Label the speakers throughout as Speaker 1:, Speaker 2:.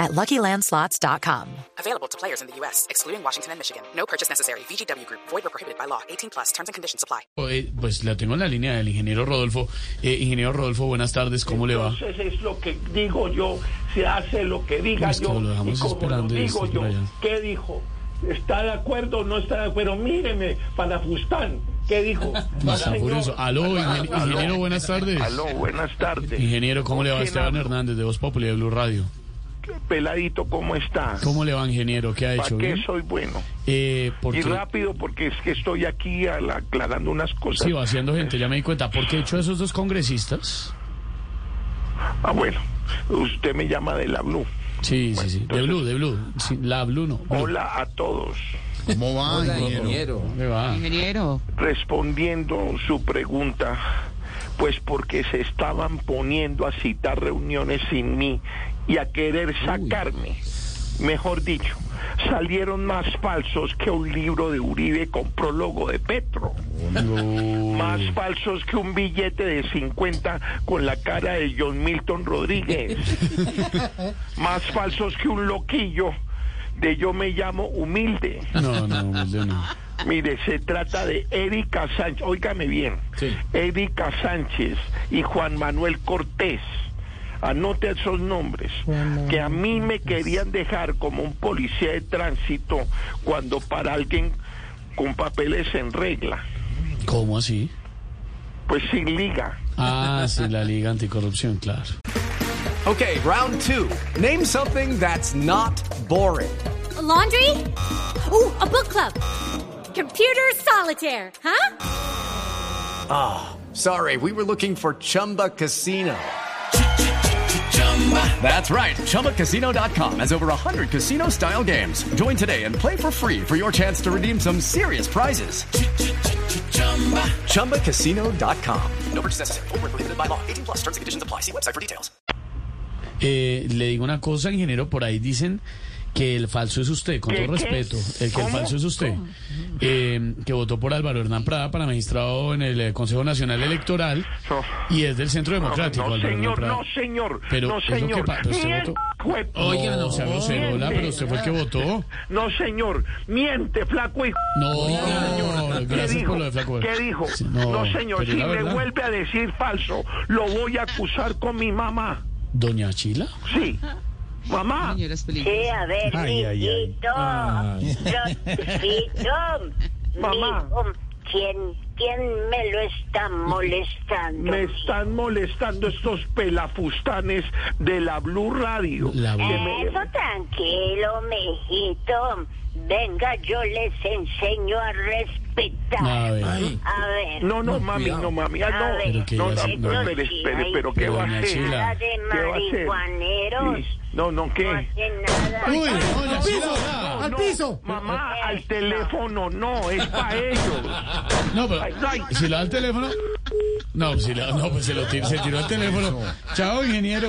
Speaker 1: at luckylandslots.com.
Speaker 2: Available to players in the U.S., excluding Washington and Michigan. No purchase necessary. VGW Group, void or prohibited by law. 18 plus terms and conditions apply.
Speaker 3: Eh, Pues la tengo en la línea del ingeniero Rodolfo. Eh, ingeniero Rodolfo, buenas tardes, ¿cómo le va?
Speaker 4: Entonces es lo que digo yo, se hace lo que diga
Speaker 3: Es que
Speaker 4: yo.
Speaker 3: lo dejamos
Speaker 4: y como
Speaker 3: esperando y
Speaker 4: lo digo
Speaker 3: este,
Speaker 4: yo,
Speaker 3: Brian.
Speaker 4: ¿qué dijo? ¿Está de acuerdo o no está de acuerdo? Míreme, para Fustán, ¿qué dijo?
Speaker 3: No, está
Speaker 4: Señor,
Speaker 3: furioso. Aló, ingen-
Speaker 4: aló.
Speaker 3: ingeniero, buenas tardes.
Speaker 4: Aló, buenas tardes.
Speaker 3: Ingeniero, ¿cómo le va
Speaker 4: ¿Quién
Speaker 3: Esteban
Speaker 4: habla?
Speaker 3: Hernández de Voz Populi de Blue Radio?
Speaker 4: Peladito, ¿cómo está?
Speaker 3: ¿Cómo le va, ingeniero? ¿Qué ha
Speaker 4: ¿Para
Speaker 3: hecho?
Speaker 4: qué
Speaker 3: ¿Bien?
Speaker 4: soy bueno?
Speaker 3: Eh,
Speaker 4: Y
Speaker 3: porque,
Speaker 4: rápido, porque es que estoy aquí a la- aclarando unas cosas.
Speaker 3: sí, va haciendo gente, ya me di cuenta. ¿Por qué he hecho esos dos congresistas?
Speaker 4: Ah, bueno, usted me llama de la Blue.
Speaker 3: Sí, sí, sí. De
Speaker 4: entonces-
Speaker 3: Blue, de Blue. Sí, la Blue no. Blue.
Speaker 4: Hola a todos.
Speaker 5: ¿Cómo va, ingeniero?
Speaker 3: ¿Dónde va?
Speaker 4: respondiendo su pregunta, pues porque se estaban poniendo a citar reuniones sin mí y a querer sacarme, mejor dicho, salieron más falsos que un libro de Uribe con prólogo de Petro. Más falsos que un billete de 50 con la cara de John Milton Rodríguez. Más falsos que un loquillo de yo me llamo humilde.
Speaker 3: No, no, pues humilde no.
Speaker 4: Mire, se trata de Erika Sánchez, óigame bien,
Speaker 3: Sí.
Speaker 4: Erika Sánchez y Juan Manuel Cortés. Anote esos nombres, que a mí me querían dejar como un policía de tránsito cuando para alguien con papeles en regla,
Speaker 3: ¿Cómo así?
Speaker 4: pues sin liga.
Speaker 3: Ah, sí, la Liga Anticorrupción, claro.
Speaker 6: Okay, round two. Name something that's not boring.
Speaker 7: A laundry? Ooh, a book club. Computer solitaire, huh?
Speaker 6: Sorry, we were looking for Chumba Casino. That's right. ChumbaCasino.com has over 100 casino style games. Join today and play for free for your chance to redeem some serious prizes. ChumbaCasino.com. No purchase necessary. Void where prohibited by law. 18 plus terms and conditions apply. See website for details.
Speaker 3: Eh, le digo una cosa, ingeniero, por ahí dicen que el falso es usted, con
Speaker 4: ¿Qué,
Speaker 3: todo
Speaker 4: qué?
Speaker 3: respeto, el que el
Speaker 4: ¿Cómo?
Speaker 3: falso es usted, eh, que votó por Álvaro Hernán Prada para magistrado en el eh, Consejo Nacional Electoral
Speaker 4: No.
Speaker 3: y es del Centro Democrático.
Speaker 4: no,
Speaker 3: Álvaro Hernán
Speaker 4: señor,
Speaker 3: Prada.
Speaker 4: no, señor,
Speaker 3: Pero
Speaker 4: no,
Speaker 3: es lo que
Speaker 4: señor.
Speaker 3: pa- pero usted
Speaker 4: Miente,
Speaker 3: votó.
Speaker 4: jue-
Speaker 3: Oiga, no sea grosero, hola, pero usted fue el que votó.
Speaker 4: No, señor, miente, flaco hijo.
Speaker 3: No, gracias
Speaker 4: dijo?
Speaker 3: por lo de Flaco.
Speaker 4: ¿Qué dijo?
Speaker 3: Sí,
Speaker 4: no, señor,
Speaker 3: pero
Speaker 4: si
Speaker 3: la
Speaker 4: me
Speaker 3: verdad,
Speaker 4: vuelve a decir falso, lo voy a acusar con mi mamá.
Speaker 3: Doña Chila.
Speaker 4: Sí. Mamá,
Speaker 8: Sí, a ver,
Speaker 3: Ay, ay, ay.
Speaker 8: Fito.
Speaker 3: Ay.
Speaker 8: Yo- Fito,
Speaker 4: Mamá.
Speaker 8: mijo, ¿quién, ¿Quién me lo está molestando?
Speaker 4: me están molestando estos pelafustanes de la Blue Radio.
Speaker 3: La Blue.
Speaker 4: Que me-
Speaker 8: Eso tranquilo, mijito. Venga, yo les enseño a respetar.
Speaker 3: A ver.
Speaker 8: A ver.
Speaker 4: No, no, mami, no, mami. Ah,
Speaker 8: A
Speaker 4: no,
Speaker 8: ver,
Speaker 3: Pero que
Speaker 4: no,
Speaker 3: ya
Speaker 4: no,
Speaker 3: se-
Speaker 4: no,
Speaker 3: no.
Speaker 4: espere, espere, pero ¿qué
Speaker 3: Pero
Speaker 4: va a
Speaker 3: doña
Speaker 4: hacer?
Speaker 3: Chila.
Speaker 8: Nada de
Speaker 4: ¿Qué va a hacer?
Speaker 8: marihuaneros.
Speaker 4: Sí. No, no,
Speaker 8: No
Speaker 4: ¿qué?
Speaker 8: hace nada.
Speaker 3: Uy, doña Chila. hola.
Speaker 4: No, Mamá, al teléfono, no, es para ellos.
Speaker 3: No, pero
Speaker 4: Ay, ay.
Speaker 3: si le da el teléfono. No, si le- no, pues se, lo tir- se tiró el teléfono. Chao, ingeniero.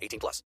Speaker 6: 18 plus.